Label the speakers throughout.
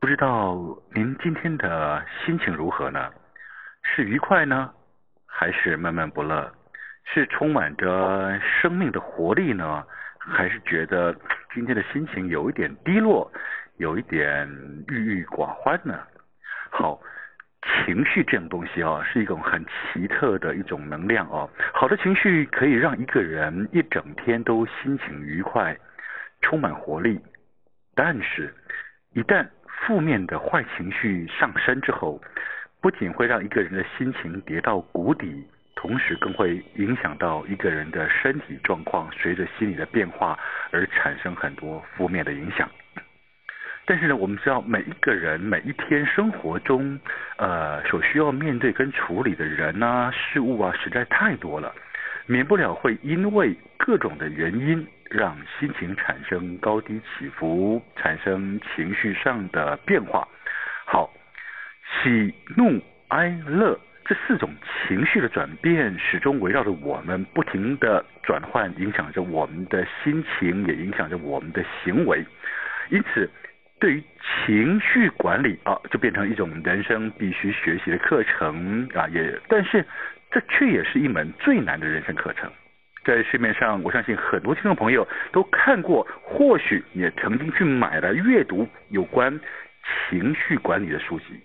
Speaker 1: 不知道您今天的心情如何呢？是愉快呢，还是闷闷不乐？是充满着生命的活力呢，还是觉得今天的心情有一点低落，有一点郁郁寡欢呢？好，情绪这种东西哦，是一种很奇特的一种能量哦。好的情绪可以让一个人一整天都心情愉快，充满活力，但是，一旦负面的坏情绪上升之后，不仅会让一个人的心情跌到谷底，同时更会影响到一个人的身体状况，随着心理的变化而产生很多负面的影响。但是呢，我们知道每一个人每一天生活中，呃，所需要面对跟处理的人啊、事物啊，实在太多了，免不了会因为各种的原因，让心情产生高低起伏，产生情绪上的变化。好，喜怒哀乐这四种情绪的转变，始终围绕着我们，不停的转换，影响着我们的心情，也影响着我们的行为。因此，对于情绪管理啊，就变成一种人生必须学习的课程啊，也但是这却也是一门最难的人生课程。在市面上，我相信很多听众朋友都看过，或许也曾经去买来阅读有关情绪管理的书籍。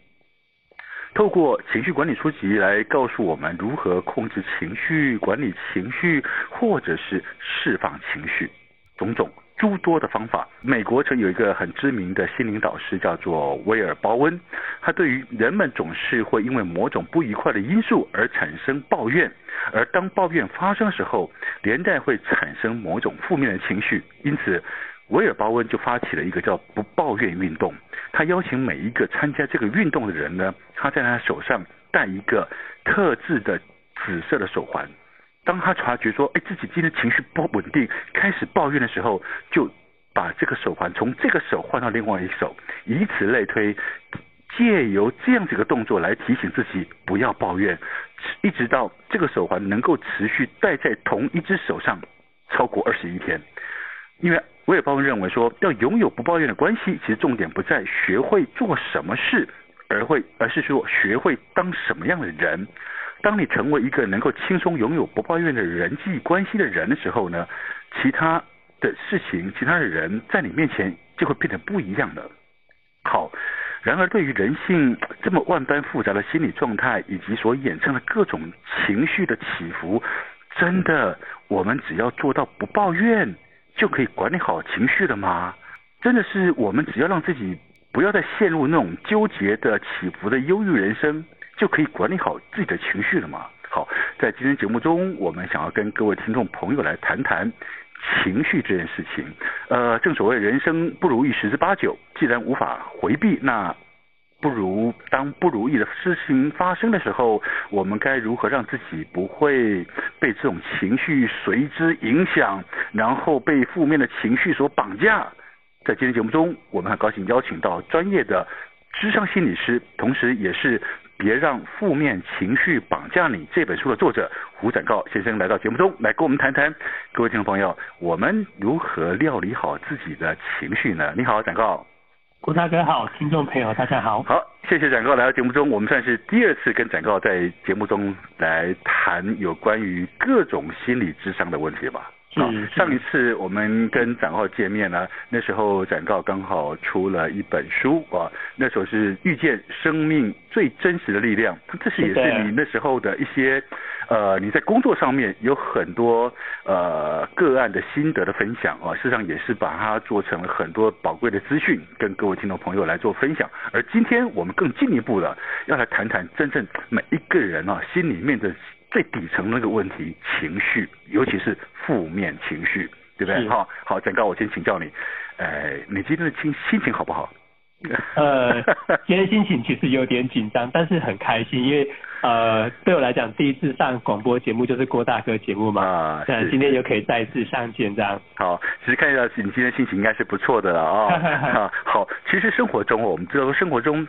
Speaker 1: 透过情绪管理书籍来告诉我们如何控制情绪、管理情绪，或者是释放情绪，种种诸多的方法。美国曾有一个很知名的心灵导师叫做威尔·鲍恩，他对于人们总是会因为某种不愉快的因素而产生抱怨，而当抱怨发生的时候，连带会产生某种负面的情绪，因此。维尔鲍恩就发起了一个叫“不抱怨运动”，他邀请每一个参加这个运动的人呢，他在他手上戴一个特制的紫色的手环。当他察觉说，哎，自己今天情绪不稳定，开始抱怨的时候，就把这个手环从这个手换到另外一手，以此类推，借由这样子一个动作来提醒自己不要抱怨，一直到这个手环能够持续戴在同一只手上超过二十一天。因为威尔鲍恩认为说，要拥有不抱怨的关系，其实重点不在学会做什么事，而会而是说学会当什么样的人。当你成为一个能够轻松拥有不抱怨的人际关系的人的时候呢，其他的事情、其他的人在你面前就会变得不一样了。好，然而对于人性这么万般复杂的心理状态，以及所衍生的各种情绪的起伏，真的，我们只要做到不抱怨。就可以管理好情绪了吗？真的是我们只要让自己不要再陷入那种纠结的起伏的忧郁人生，就可以管理好自己的情绪了吗？好，在今天节目中，我们想要跟各位听众朋友来谈谈情绪这件事情。呃，正所谓人生不如意十之八九，既然无法回避，那不如当不如意的事情发生的时候，我们该如何让自己不会被这种情绪随之影响，然后被负面的情绪所绑架？在今天节目中，我们很高兴邀请到专业的智商心理师，同时也是《别让负面情绪绑架你》这本书的作者胡展告先生来到节目中，来跟我们谈谈，各位听众朋友，我们如何料理好自己的情绪呢？你好，展告。
Speaker 2: 郭大哥好，听众朋友大家好。
Speaker 1: 好，谢谢展告来到节目中，我们算是第二次跟展告在节目中来谈有关于各种心理智商的问题吧。好
Speaker 2: 是，
Speaker 1: 上一次我们跟展告见面呢，那时候展告刚好出了一本书啊，那时候是遇见生命最真实的力量，这是也
Speaker 2: 是的
Speaker 1: 是你那时候的一些，呃，你在工作上面有很多呃个案的心得的分享啊，事实上也是把它做成了很多宝贵的资讯，跟各位听众朋友来做分享。而今天我们更进一步的要来谈谈真正每一个人啊心里面的最底层那个问题，情绪，尤其是负面情绪，对不对？
Speaker 2: 是
Speaker 1: 哈，好，展高，我先请教你，呃，你今天的心心情好不好？
Speaker 2: 呃，今天心情其实有点紧张，但是很开心，因为呃，对我来讲，第一次上广播节目就是郭大哥节目嘛，
Speaker 1: 啊，
Speaker 2: 那、
Speaker 1: 是
Speaker 2: 今天又可以再次上见这样。
Speaker 1: 好，其实看一下你今天心情应该是不错的了啊、啊好，其实生活中我们知道，生活中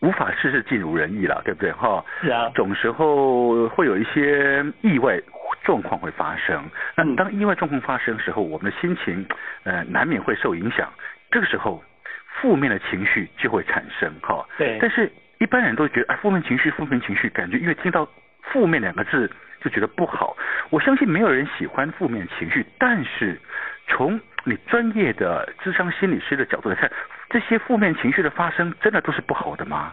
Speaker 1: 无法事事尽如人意了，对不对哈？
Speaker 2: 是啊，
Speaker 1: 总时候会有一些意外状况会发生。那
Speaker 2: 嗯
Speaker 1: 当意外状况发生的时候，我们的心情呃难免会受影响。这个时候，负面的情绪就会产生哈。
Speaker 2: 对
Speaker 1: 但是一般人都觉得啊，负面情绪，负面情绪，感觉因为听到负面两个字就觉得不好。我相信没有人喜欢负面情绪，但是从你专业的智商心理师的角度来看，这些负面情绪的发生真的都是不好的吗？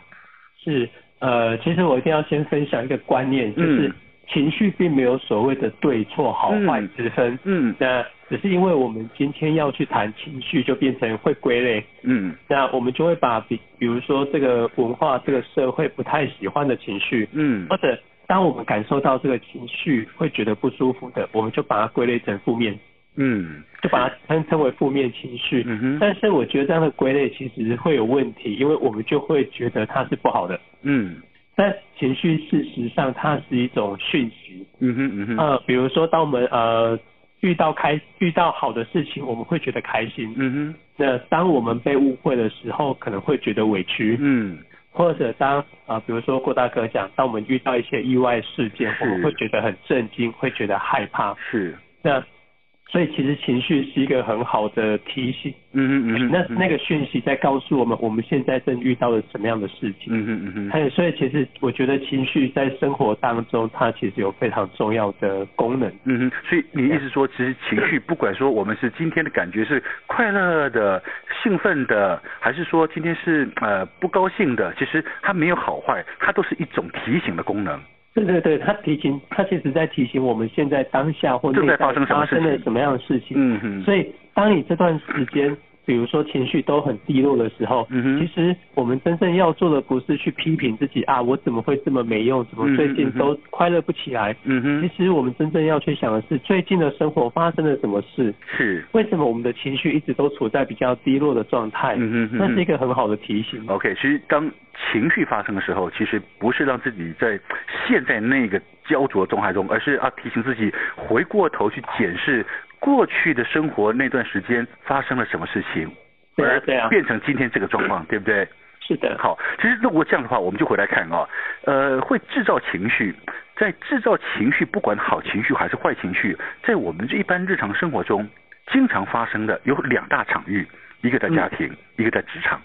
Speaker 2: 是呃，其实我一定要先分享一个观念，就是
Speaker 1: 嗯
Speaker 2: 情绪并没有所谓的对错好坏之分。
Speaker 1: 嗯
Speaker 2: 那只是因为我们今天要去谈情绪，就变成会归类。
Speaker 1: 嗯
Speaker 2: 那我们就会把比比如说这个文化、这个社会不太喜欢的情绪，
Speaker 1: 嗯
Speaker 2: 或者当我们感受到这个情绪会觉得不舒服的，我们就把它归类成负面，
Speaker 1: 嗯
Speaker 2: 就把它称称为负面情绪。
Speaker 1: 嗯哼
Speaker 2: 但是我觉得这样的归类其实会有问题，因为我们就会觉得它是不好的。
Speaker 1: 嗯
Speaker 2: 但情绪事实上它是一种讯息，
Speaker 1: 嗯哼嗯哼
Speaker 2: 呃，比如说当我们呃遇到开遇到好的事情，我们会觉得开心。
Speaker 1: 嗯
Speaker 2: 那当我们被误会的时候，可能会觉得委屈，
Speaker 1: 哼嗯
Speaker 2: 或者当啊、呃比如说郭大哥讲，当我们遇到一些意外事件，
Speaker 1: 是
Speaker 2: 我们会觉得很震惊，会觉得害怕。
Speaker 1: 是
Speaker 2: 那所以其实情绪是一个很好的提醒，
Speaker 1: 嗯哼嗯哼
Speaker 2: 哎那那个讯息在告诉我们，我们现在正遇到了什么样的事情。
Speaker 1: 嗯哼嗯哼
Speaker 2: 哎，所以其实我觉得情绪在生活当中，它其实有非常重要的功能。
Speaker 1: 嗯哼，所以你意思说，其实情绪不管说我们是今天的感觉是快乐的、兴奋的，还是说今天是呃不高兴的，其实它没有好坏，它都是一种提醒的功能。
Speaker 2: 对对对，它提醒，它其实在提醒我们现在当下或
Speaker 1: 正在
Speaker 2: 内在
Speaker 1: 发生什么
Speaker 2: 发
Speaker 1: 事情
Speaker 2: 生了什么样的事情。
Speaker 1: 嗯哼，
Speaker 2: 所以，当你这段时间，比如说情绪都很低落的时候，
Speaker 1: 嗯哼
Speaker 2: 其实我们真正要做的不是去批评自己啊，我怎么会这么没用，怎
Speaker 1: 嗯哼
Speaker 2: 么最近
Speaker 1: 嗯哼
Speaker 2: 都快乐不起来。
Speaker 1: 嗯
Speaker 2: 其
Speaker 1: 哼
Speaker 2: 实我们真正要去想的是，最近的生活发生了什么事，
Speaker 1: 是
Speaker 2: 为什么我们的情绪一直都处在比较低落的状态？
Speaker 1: 嗯哼嗯哼
Speaker 2: 那是一个很好的提醒。哦
Speaker 1: OK，其实当情绪发生的时候，其实不是让自己在陷在那个焦灼状态中，而是啊提醒自己回过头去检视过去的生活那段时间发生了什么事情，
Speaker 2: 对啊
Speaker 1: 而
Speaker 2: 对啊
Speaker 1: 变成今天这个状况，对不对？
Speaker 2: 是的，
Speaker 1: 好，其实如果这样的话，我们就回来看啊、呃，会制造情绪，在制造情绪，不管好情绪还是坏情绪，在我们这一般日常生活中经常发生的有两大场域，一个在家庭，
Speaker 2: 嗯
Speaker 1: 一个在职场。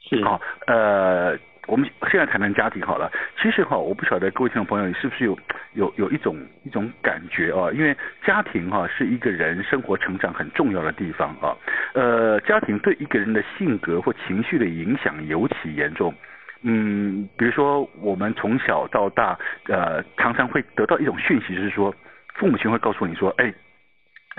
Speaker 2: 是
Speaker 1: 好，呃，我们现在谈谈家庭好了。其实哈，我不晓得各位听众朋友，你是不是有有有一种一种感觉啊？因为家庭哈、是一个人生活成长很重要的地方啊。呃，家庭对一个人的性格或情绪的影响尤其严重。嗯，比如说我们从小到大，呃，常常会得到一种讯息，就是说，父母亲会告诉你说，哎，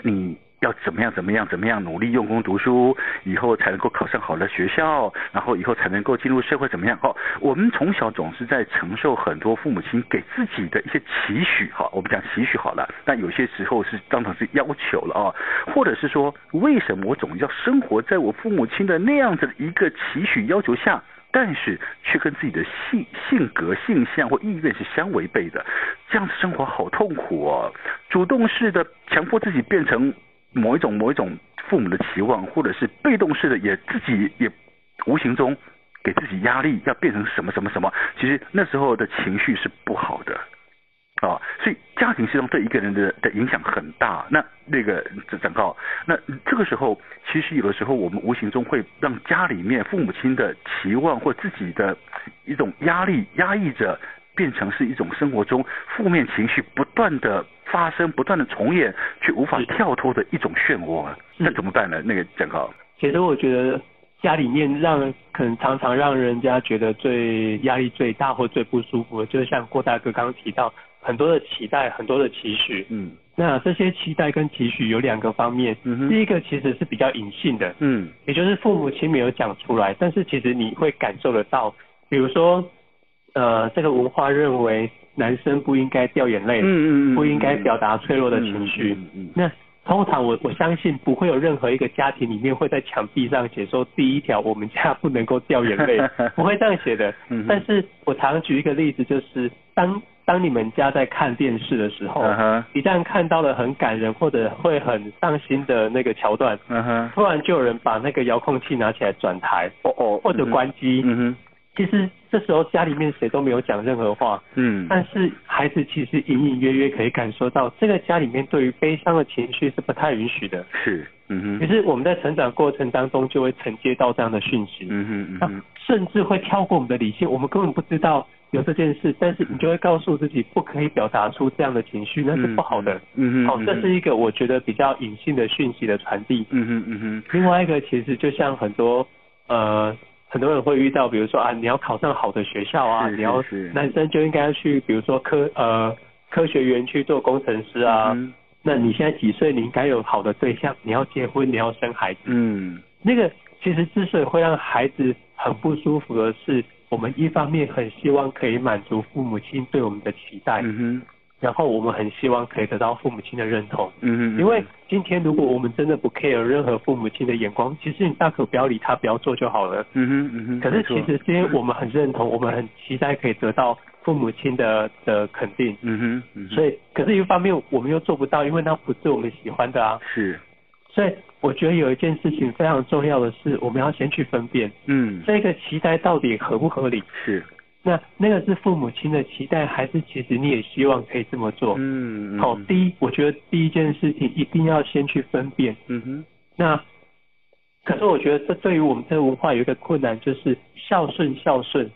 Speaker 1: 你嗯要怎么样怎么样怎么样努力用功读书，以后才能够考上好的学校，然后以后才能够进入社会怎么样？哦，我们从小总是在承受很多父母亲给自己的一些期许，哈，我们讲期许好了，但有些时候是当成是要求了啊，或者是说，为什么我总要生活在我父母亲的那样子的一个期许要求下？但是却跟自己的性性格、性向或意愿是相违背的，这样子生活好痛苦哦。主动式的强迫自己变成某一种某一种父母的期望，或者是被动式的也自己也无形中给自己压力，要变成什么什么什么。其实那时候的情绪是不好的。啊，所以家庭实际上对一个人的的影响很大。那那个这展告，那这个时候，其实有的时候我们无形中会让家里面父母亲的期望或自己的一种压力压抑着，变成是一种生活中负面情绪不断的发生、不断的重演，却无法
Speaker 2: 是嗯
Speaker 1: 跳脱的一种漩涡了。
Speaker 2: 是
Speaker 1: 那怎么办呢？那个讲稿，
Speaker 2: 其实我觉得家里面让可能常常让人家觉得最压力最大或最不舒服的，就是像郭大哥刚刚提到很多的期待，很多的期许。
Speaker 1: 嗯
Speaker 2: 那这些期待跟期许有两个方面，
Speaker 1: 嗯哼
Speaker 2: 第一个其实是比较隐性的，
Speaker 1: 嗯
Speaker 2: 也就是父母亲没有讲出来，但是其实你会感受得到，比如说，呃，这个文化认为男生不应该掉眼泪，
Speaker 1: 嗯
Speaker 2: 不应该表达脆弱的情绪。
Speaker 1: 嗯嗯嗯
Speaker 2: 那通常我我相信不会有任何一个家庭里面会在墙壁上写说第一条我们家不能够掉眼 泪，不会这样写的。
Speaker 1: 嗯哼
Speaker 2: 但是我常举一个例子，就是当当你们家在看电视的时候，
Speaker 1: 嗯哼
Speaker 2: 一旦看到了很感人或者会很伤心的那个桥段，
Speaker 1: 嗯哼，
Speaker 2: 突然就有人把那个遥控器拿起来转台
Speaker 1: 哦哦，
Speaker 2: 或者关机。
Speaker 1: 嗯哼，
Speaker 2: 其实这时候家里面谁都没有讲任何话，
Speaker 1: 嗯
Speaker 2: 但是孩子其实隐隐约约可以感受到，这个家里面对于悲伤的情绪是不太允许的。
Speaker 1: 是，嗯
Speaker 2: 于
Speaker 1: 哼，
Speaker 2: 是我们在成长过程当中就会承接到这样的讯息，
Speaker 1: 嗯哼嗯
Speaker 2: 那
Speaker 1: 哼，
Speaker 2: 甚至会跳过我们的理性，我们根本不知道有这件事，但是你就会告诉自己不可以表达出这样的情绪，那是不好的。
Speaker 1: 嗯哼，
Speaker 2: 哦，这是一个我觉得比较隐性的讯息的传递。
Speaker 1: 嗯哼嗯哼，
Speaker 2: 另外一个其实就像很多呃很多人会遇到，比如说啊你要考上好的学校啊，
Speaker 1: 是
Speaker 2: 你要
Speaker 1: 是是
Speaker 2: 男生就应该去比如说科呃科学园区做工程师啊。
Speaker 1: 嗯
Speaker 2: 那你现在几岁？你应该有好的对象，你要结婚，你要生孩子。
Speaker 1: 嗯
Speaker 2: 那个其实之所以会让孩子很不舒服的是，我们一方面很希望可以满足父母亲对我们的期待，
Speaker 1: 嗯哼
Speaker 2: 然后我们很希望可以得到父母亲的认同。
Speaker 1: 嗯哼，
Speaker 2: 因为今天如果我们真的不 care 任何父母亲的眼光，其实你大可不要理他，不要做就好了。
Speaker 1: 嗯哼嗯哼，
Speaker 2: 可是其实是因为我们很认同，我们很期待可以得到父母亲的的肯定，
Speaker 1: 嗯哼嗯哼，
Speaker 2: 所以可是一方面我们又做不到，因为那不是我们喜欢的啊。
Speaker 1: 是
Speaker 2: 所以我觉得有一件事情非常重要的是，我们要先去分辨
Speaker 1: 嗯
Speaker 2: 这个期待到底合不合理。
Speaker 1: 是
Speaker 2: 那那个是父母亲的期待，还是其实你也希望可以这么做？
Speaker 1: 嗯
Speaker 2: 好，第一，我觉得第一件事情一定要先去分辨。
Speaker 1: 嗯哼
Speaker 2: 那可是我觉得这对于我们这个文化有一个困难，就是孝顺孝顺。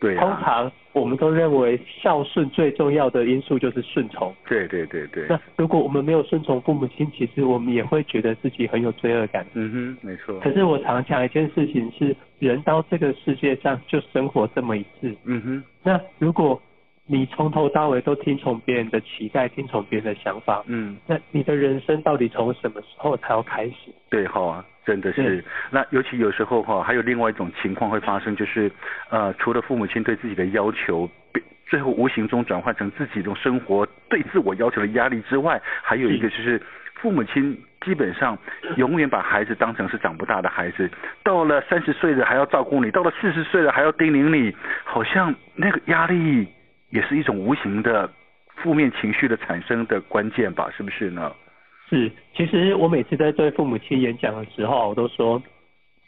Speaker 1: 对
Speaker 2: 通
Speaker 1: 啊
Speaker 2: 常我们都认为孝顺最重要的因素就是顺从。
Speaker 1: 对对对对
Speaker 2: 那如果我们没有顺从父母亲，其实我们也会觉得自己很有罪恶感。
Speaker 1: 嗯哼没错
Speaker 2: 可是我常讲一件事情是，人到这个世界上就生活这么一次。
Speaker 1: 嗯哼
Speaker 2: 那如果你从头到尾都听从别人的期待，听从别人的想法，
Speaker 1: 嗯
Speaker 2: 那你的人生到底从什么时候才要开始？
Speaker 1: 对哈、真的是
Speaker 2: 对。
Speaker 1: 那尤其有时候哈、还有另外一种情况会发生，就是呃，除了父母亲对自己的要求，被最后无形中转换成自己的生活对自我要求的压力之外，还有一个就是父母亲。基本上永远把孩子当成是长不大的孩子，到了三十岁了还要照顾你，到了四十岁了还要叮咛你，好像那个压力也是一种无形的负面情绪的产生的关键吧？是不是呢？
Speaker 2: 是，其实我每次在对父母亲演讲的时候，我都说，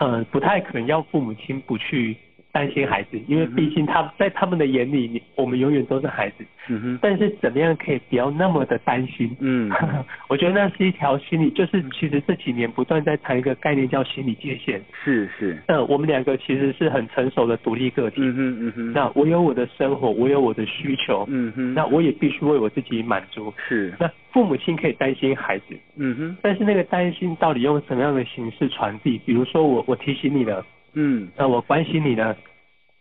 Speaker 2: 嗯、不太可能要父母亲不去担心孩子，
Speaker 1: 嗯
Speaker 2: 因为毕竟他在他们的眼里，你我们永远都是孩子。
Speaker 1: 嗯哼，
Speaker 2: 但是怎么样可以不要那么的担心？
Speaker 1: 嗯
Speaker 2: 我觉得那是一条心理，就是其实这几年不断在谈一个概念叫心理界限。
Speaker 1: 是是，
Speaker 2: 呃，我们两个其实是很成熟的独立个体。
Speaker 1: 嗯哼嗯哼，
Speaker 2: 那我有我的生活，我有我的需求，
Speaker 1: 嗯哼，
Speaker 2: 那我也必须为我自己满足。
Speaker 1: 是，
Speaker 2: 那父母亲可以担心孩子，
Speaker 1: 嗯哼，
Speaker 2: 但是那个担心到底用什么样的形式传递？比如说我我提醒你了，
Speaker 1: 嗯
Speaker 2: 那我关心你了，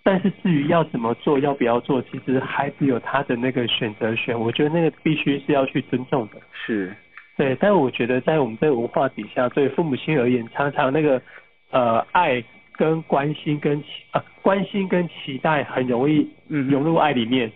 Speaker 2: 但是至于要怎么做，要不要做，其实孩子有他的那个选择权，我觉得那个必须是要去尊重的。
Speaker 1: 是，
Speaker 2: 对，但我觉得在我们这个文化底下，对父母亲而言，常常那个呃爱跟关心跟期呃关心跟期待很容易
Speaker 1: 嗯哼
Speaker 2: 融入爱里面，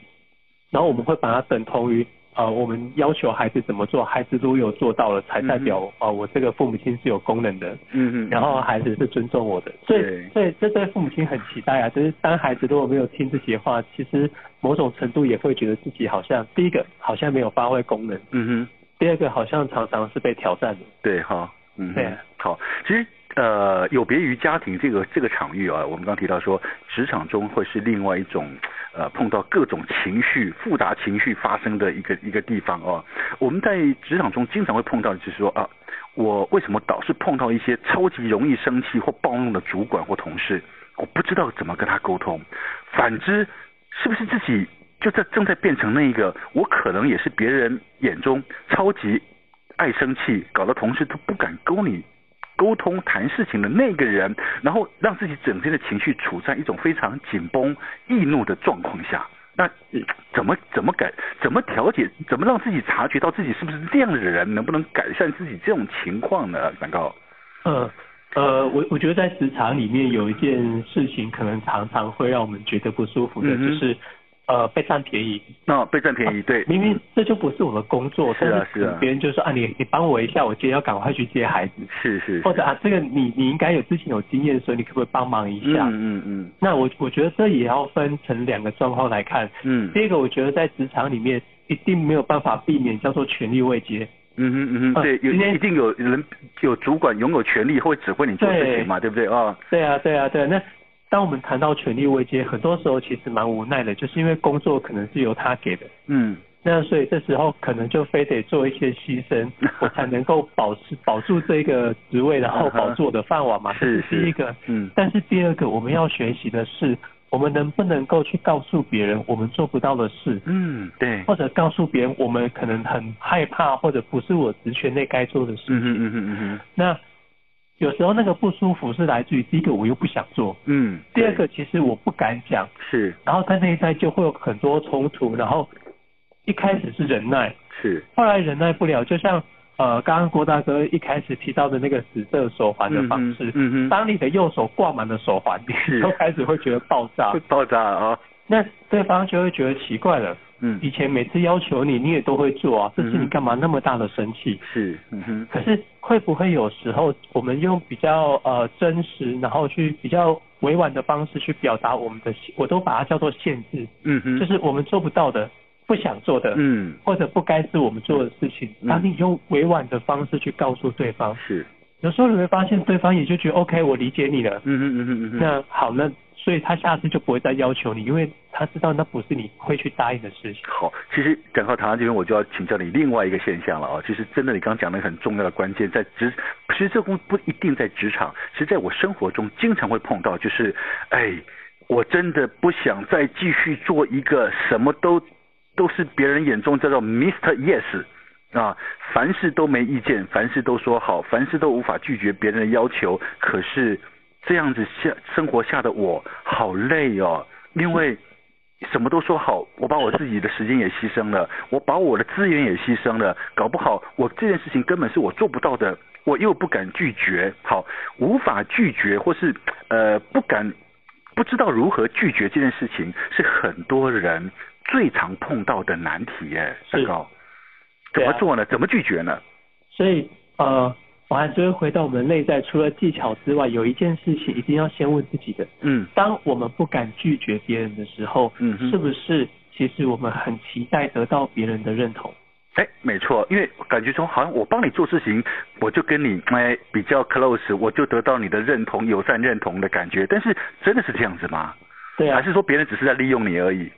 Speaker 2: 然后我们会把它等同于呃我们要求孩子怎么做，孩子如果有做到了，才代表、呃我这个父母亲是有功能的，
Speaker 1: 嗯哼，
Speaker 2: 然后孩子是尊重我的，所
Speaker 1: 对
Speaker 2: 以所以这对父母亲很期待啊，就是当孩子如果没有听自己的话，其实某种程度也会觉得自己好像第一个好像没有发挥功能。
Speaker 1: 嗯哼，
Speaker 2: 第二个好像常常是被挑战的。
Speaker 1: 对哈，嗯
Speaker 2: 对
Speaker 1: 哼
Speaker 2: 啊，
Speaker 1: 好，其实。呃，有别于家庭这个这个场域啊，我们刚提到说，职场中会是另外一种呃碰到各种情绪、复杂情绪发生的一个一个地方哦。我们在职场中经常会碰到，就是说啊，我为什么老是碰到一些超级容易生气或暴怒的主管或同事？我不知道怎么跟他沟通。反之，是不是自己就在正在变成那一个，我可能也是别人眼中超级爱生气，搞得同事都不敢跟你沟通谈事情的那个人，然后让自己整天的情绪处在一种非常紧绷、易怒的状况下。那嗯怎么怎么改，怎么调节，怎么让自己察觉到自己是不是这样的人，能不能改善自己这种情况呢？梵高，
Speaker 2: 嗯呃，我我觉得在职场里面有一件事情，可能常常会让我们觉得不舒服的，
Speaker 1: 嗯哼
Speaker 2: 就是呃被占便宜。
Speaker 1: 那、被占便宜，对，
Speaker 2: 啊明明这就不是我的工作，
Speaker 1: 是啊
Speaker 2: 但
Speaker 1: 是啊
Speaker 2: 别人就说啊，你你帮我一下，我今天要赶快去接孩子，
Speaker 1: 嗯是是是，
Speaker 2: 或者啊，这个你你应该有之前有经验，所以你可不可以帮忙一
Speaker 1: 嗯
Speaker 2: 下？
Speaker 1: 嗯嗯
Speaker 2: 那我我觉得这也要分成两个状况来看。
Speaker 1: 嗯
Speaker 2: 第一个，我觉得在职场里面一定没有办法避免叫做权力未接，
Speaker 1: 嗯哼嗯哼，
Speaker 2: 呃
Speaker 1: 对，有
Speaker 2: 今天
Speaker 1: 一定有人有主管拥有权利会指挥你做事情嘛，对不对啊？
Speaker 2: 对啊，对啊，对啊。那当我们谈到权力未接，很多时候其实蛮无奈的，就是因为工作可能是由他给的，
Speaker 1: 嗯，
Speaker 2: 那所以这时候可能就非得做一些牺 牲，我才能够保持保住这个职位，然后保住我的饭碗嘛。
Speaker 1: 啊是
Speaker 2: 这是第一个。
Speaker 1: 嗯
Speaker 2: 但是第二个，我们要学习的是，我们能不能够去告诉别人我们做不到的事，
Speaker 1: 嗯，对，
Speaker 2: 或者告诉别人我们可能很害怕或者不是我职权内该做的事
Speaker 1: 嗯
Speaker 2: 情。
Speaker 1: 哼嗯哼嗯哼，
Speaker 2: 那有时候那个不舒服是来自于第一个我又不想做，
Speaker 1: 嗯，
Speaker 2: 第
Speaker 1: 对
Speaker 2: 二个其实我不敢讲，
Speaker 1: 是
Speaker 2: 然后在内在就会有很多冲突，然后一开始是忍耐，
Speaker 1: 是，
Speaker 2: 后来忍耐不了，就像呃刚刚郭大哥一开始提到的那个紫色手环的方式，
Speaker 1: 嗯哼嗯哼，
Speaker 2: 当你的右手挂满了手环，
Speaker 1: 是
Speaker 2: 你就开始会觉得爆炸
Speaker 1: 会，爆炸啊，
Speaker 2: 那对方就会觉得奇怪了，
Speaker 1: 嗯，
Speaker 2: 以前每次要求你，你也都会做啊，这次
Speaker 1: 嗯
Speaker 2: 你干嘛那么大的生气？
Speaker 1: 是，嗯哼，
Speaker 2: 可是会不会有时候我们用比较呃真实，然后去比较委婉的方式去表达我们的，我都把它叫做限制，
Speaker 1: 嗯哼，
Speaker 2: 就是我们做不到的、不想做的，
Speaker 1: 嗯
Speaker 2: 或者不该是我们做的事情。
Speaker 1: 嗯
Speaker 2: 当你用委婉的方式去告诉对方，
Speaker 1: 是，
Speaker 2: 有时候你会发现对方也就觉得 OK，我理解你了。
Speaker 1: 嗯哼嗯哼嗯哼，
Speaker 2: 那好，那所以他下次就不会再要求你，因为他知道那不是你会去答应的事情。
Speaker 1: 好，其实讲到谈到这边，我就要请教你另外一个现象了啊。其实真的，你刚刚讲的很重要的关键，在职，其实这工不一定在职场，其实在我生活中经常会碰到，就是，哎，我真的不想再继续做一个什么都都是别人眼中叫做 Mr. Yes。啊，凡事都没意见，凡事都说好，凡事都无法拒绝别人的要求。可是这样子下生活下的我好累哦，因为什么都说好，我把我自己的时间也牺牲了，我把我的资源也牺牲了，搞不好我这件事情根本是我做不到的，我又不敢拒绝，好，无法拒绝或是呃不敢不知道如何拒绝这件事情，是很多人最常碰到的难题耶，
Speaker 2: 是
Speaker 1: 蛋糕。怎
Speaker 2: 对啊
Speaker 1: 么做呢？怎么拒绝呢？
Speaker 2: 所以呃，我还是会回到我们内在，除了技巧之外，有一件事情一定要先问自己的：
Speaker 1: 嗯
Speaker 2: 当我们不敢拒绝别人的时候，
Speaker 1: 嗯哼
Speaker 2: 是不是其实我们很期待得到别人的认同？
Speaker 1: 哎，没错，因为感觉中好像我帮你做事情，我就跟你哎比较 close，我就得到你的认同、友善认同的感觉。但是真的是这样子吗？
Speaker 2: 对
Speaker 1: 还
Speaker 2: 啊，
Speaker 1: 是说别人只是在利用你而已？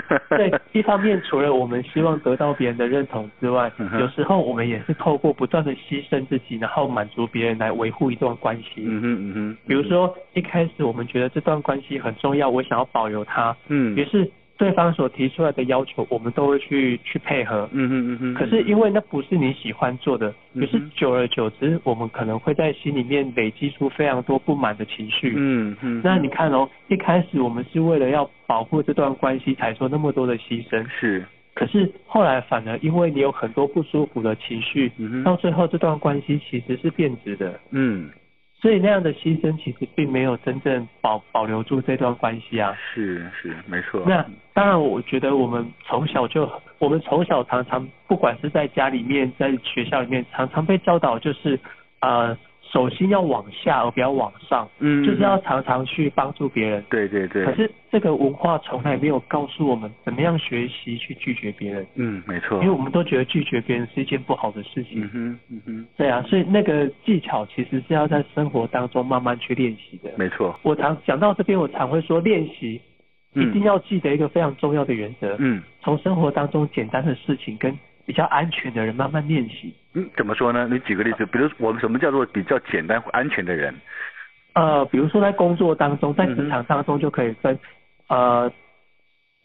Speaker 2: 对，一方面除了我们希望得到别人的认同之外
Speaker 1: 嗯，哼
Speaker 2: 有时候我们也是透过不断的牺牲自己，然后满足别人来维护一段关系。
Speaker 1: 嗯哼嗯哼，
Speaker 2: 比如说一开始我们觉得这段关系很重要，我想要保留它，
Speaker 1: 嗯
Speaker 2: 于是对方所提出来的要求，我们都会去去配合。
Speaker 1: 嗯哼嗯哼，
Speaker 2: 可是因为那不是你喜欢做的，
Speaker 1: 嗯哼
Speaker 2: 于是久而久之，我们可能会在心里面累积出非常多不满的情绪。
Speaker 1: 嗯嗯，
Speaker 2: 那你看哦，一开始我们是为了要保护这段关系才做那么多的牺牲，
Speaker 1: 是
Speaker 2: 可是后来反而因为你有很多不舒服的情绪，
Speaker 1: 嗯
Speaker 2: 到
Speaker 1: 哼
Speaker 2: 最后这段关系其实是变质的。
Speaker 1: 嗯
Speaker 2: 所以那样的牺牲其实并没有真正保保留住这段关系啊。
Speaker 1: 是是没错。
Speaker 2: 那当然，我觉得我们从小就，我们从小常常，不管是在家里面，在学校里面，常常被教导就是，呃，手心要往下，而不要往上，
Speaker 1: 嗯
Speaker 2: 就是要常常去帮助别人。
Speaker 1: 对对对，
Speaker 2: 可是这个文化从来没有告诉我们怎么样学习去拒绝别人，
Speaker 1: 嗯没错
Speaker 2: 因为，我们都觉得拒绝别人是一件不好的事情
Speaker 1: 嗯。哼嗯哼，
Speaker 2: 对啊，所以那个技巧其实是要在生活当中慢慢去练习的。
Speaker 1: 没错，
Speaker 2: 我常讲到这边，我常会说练习一定要记得一个非常重要的原则，
Speaker 1: 嗯
Speaker 2: 从生活当中简单的事情跟比较安全的人慢慢练习。
Speaker 1: 嗯怎么说呢？你举个例子，比如说我们什么叫做比较简单安全的人？
Speaker 2: 呃，比如说在工作当中，在
Speaker 1: 嗯哼
Speaker 2: 职场当中就可以分，呃，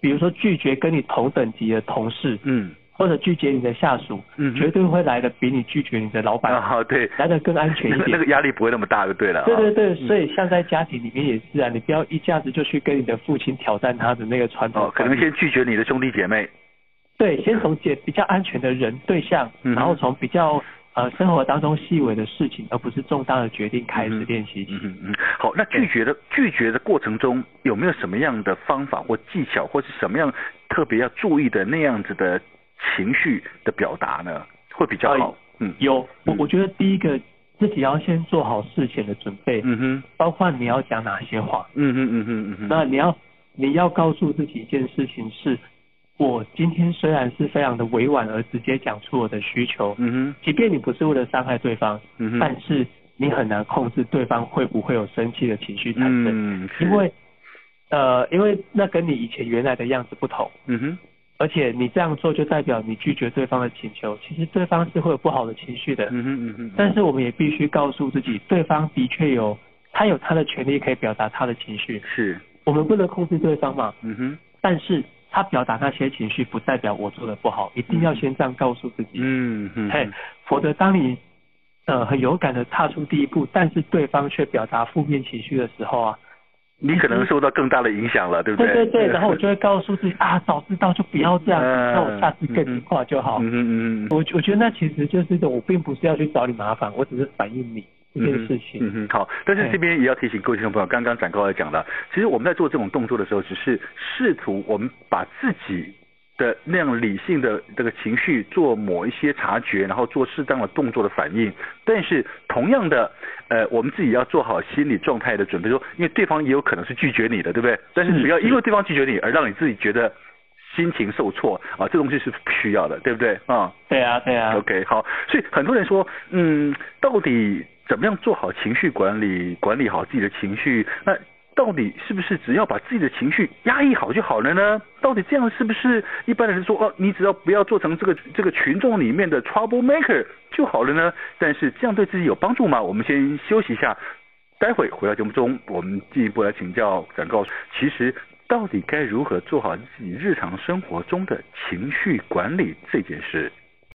Speaker 2: 比如说拒绝跟你同等级的同事，
Speaker 1: 嗯
Speaker 2: 或者拒绝你的下属，
Speaker 1: 嗯
Speaker 2: 绝对会来的比你拒绝你的老板、
Speaker 1: 啊，对，
Speaker 2: 来的更安全
Speaker 1: 那
Speaker 2: 一
Speaker 1: 个那
Speaker 2: 点。
Speaker 1: 个压力不会那么大就对了啊。
Speaker 2: 对对对，所以像在家庭里面也是啊，你不要一下子就去跟你的父亲挑战他的那个传统
Speaker 1: 哦，可
Speaker 2: 观
Speaker 1: 能
Speaker 2: 念。
Speaker 1: 先拒绝你的兄弟姐妹。
Speaker 2: 对，先从解比较安全的人对象，
Speaker 1: 嗯哼
Speaker 2: 然后从比较呃生活当中细微的事情，而不是重大的决定开
Speaker 1: 嗯
Speaker 2: 始
Speaker 1: 哼
Speaker 2: 练习起。
Speaker 1: 嗯嗯嗯，好，那拒绝的拒绝的过程中有没有什么样的方法或技巧，或是什么样特别要注意的那样子的情绪的表达呢？会比较好
Speaker 2: 哎。
Speaker 1: 嗯
Speaker 2: 有，我
Speaker 1: 嗯
Speaker 2: 我觉得第一个自己要先做好事前的准备，
Speaker 1: 嗯哼
Speaker 2: 包括你要讲哪些话。
Speaker 1: 嗯哼嗯哼嗯哼。
Speaker 2: 那你要你要告诉自己一件事情是，我今天虽然是非常的委婉而直接讲出我的需求，
Speaker 1: 嗯哼
Speaker 2: 即便你不是为了伤害对方，
Speaker 1: 嗯哼。
Speaker 2: 但是你很难控制对方会不会有生气的情绪产生，
Speaker 1: 嗯，是
Speaker 2: 因为呃，因为那跟你以前原来的样子不同。
Speaker 1: 嗯哼
Speaker 2: 而且你这样做就代表你拒绝对方的请求，其实对方是会有不好的情绪的。
Speaker 1: 嗯哼嗯哼。
Speaker 2: 但是我们也必须告诉自己，对方的确有他有他的权利可以表达他的情绪，
Speaker 1: 是
Speaker 2: 我们不能控制对方嘛。
Speaker 1: 嗯哼
Speaker 2: 但是他表达那些情绪，不代表我做的不好，一定要先这样告诉自己，
Speaker 1: 嗯哼
Speaker 2: 嘿，否则当你呃很勇敢的踏出第一步，但是对方却表达负面情绪的时候啊，
Speaker 1: 你可能受到更大的影响了，对不嗯
Speaker 2: 对
Speaker 1: 对
Speaker 2: 对对，然后我就会告诉自己啊，早知道就不要这样，
Speaker 1: 嗯
Speaker 2: 那我下次更听话就好。
Speaker 1: 嗯哼嗯哼
Speaker 2: 我我觉得那其实就是一种，我并不是要去找你麻烦，我只是反映你这件事情。
Speaker 1: 嗯哼，好，但是
Speaker 2: 哎
Speaker 1: 这边也要提醒各位听众朋友，刚刚展高也讲了，其实我们在做这种动作的时候，只是试图我们把自己。的那样理性的这个情绪做某一些察觉，然后做适当的动作的反应。但是同样的，呃，我们自己要做好心理状态的准备，说，因为对方也有可能是拒绝你的，对不对？但是
Speaker 2: 是
Speaker 1: 不要
Speaker 2: 是
Speaker 1: 因为对方拒绝你而让你自己觉得心情受挫啊，这东西是不需要的，对不对啊？
Speaker 2: 对啊，对啊。
Speaker 1: OK，好，所以很多人说，嗯，到底怎么样做好情绪管理，管理好自己的情绪？那到底是不是只要把自己的情绪压抑好就好了呢？到底这样是不是一般的人说哦，你只要不要做成这个这个群众里面的 trouble maker 就好了呢？但是这样对自己有帮助吗？我们先休息一下，待会回到节目中，我们进一步来请教展告。其实到底该如何做好自己日常生活中的情绪管理这件事？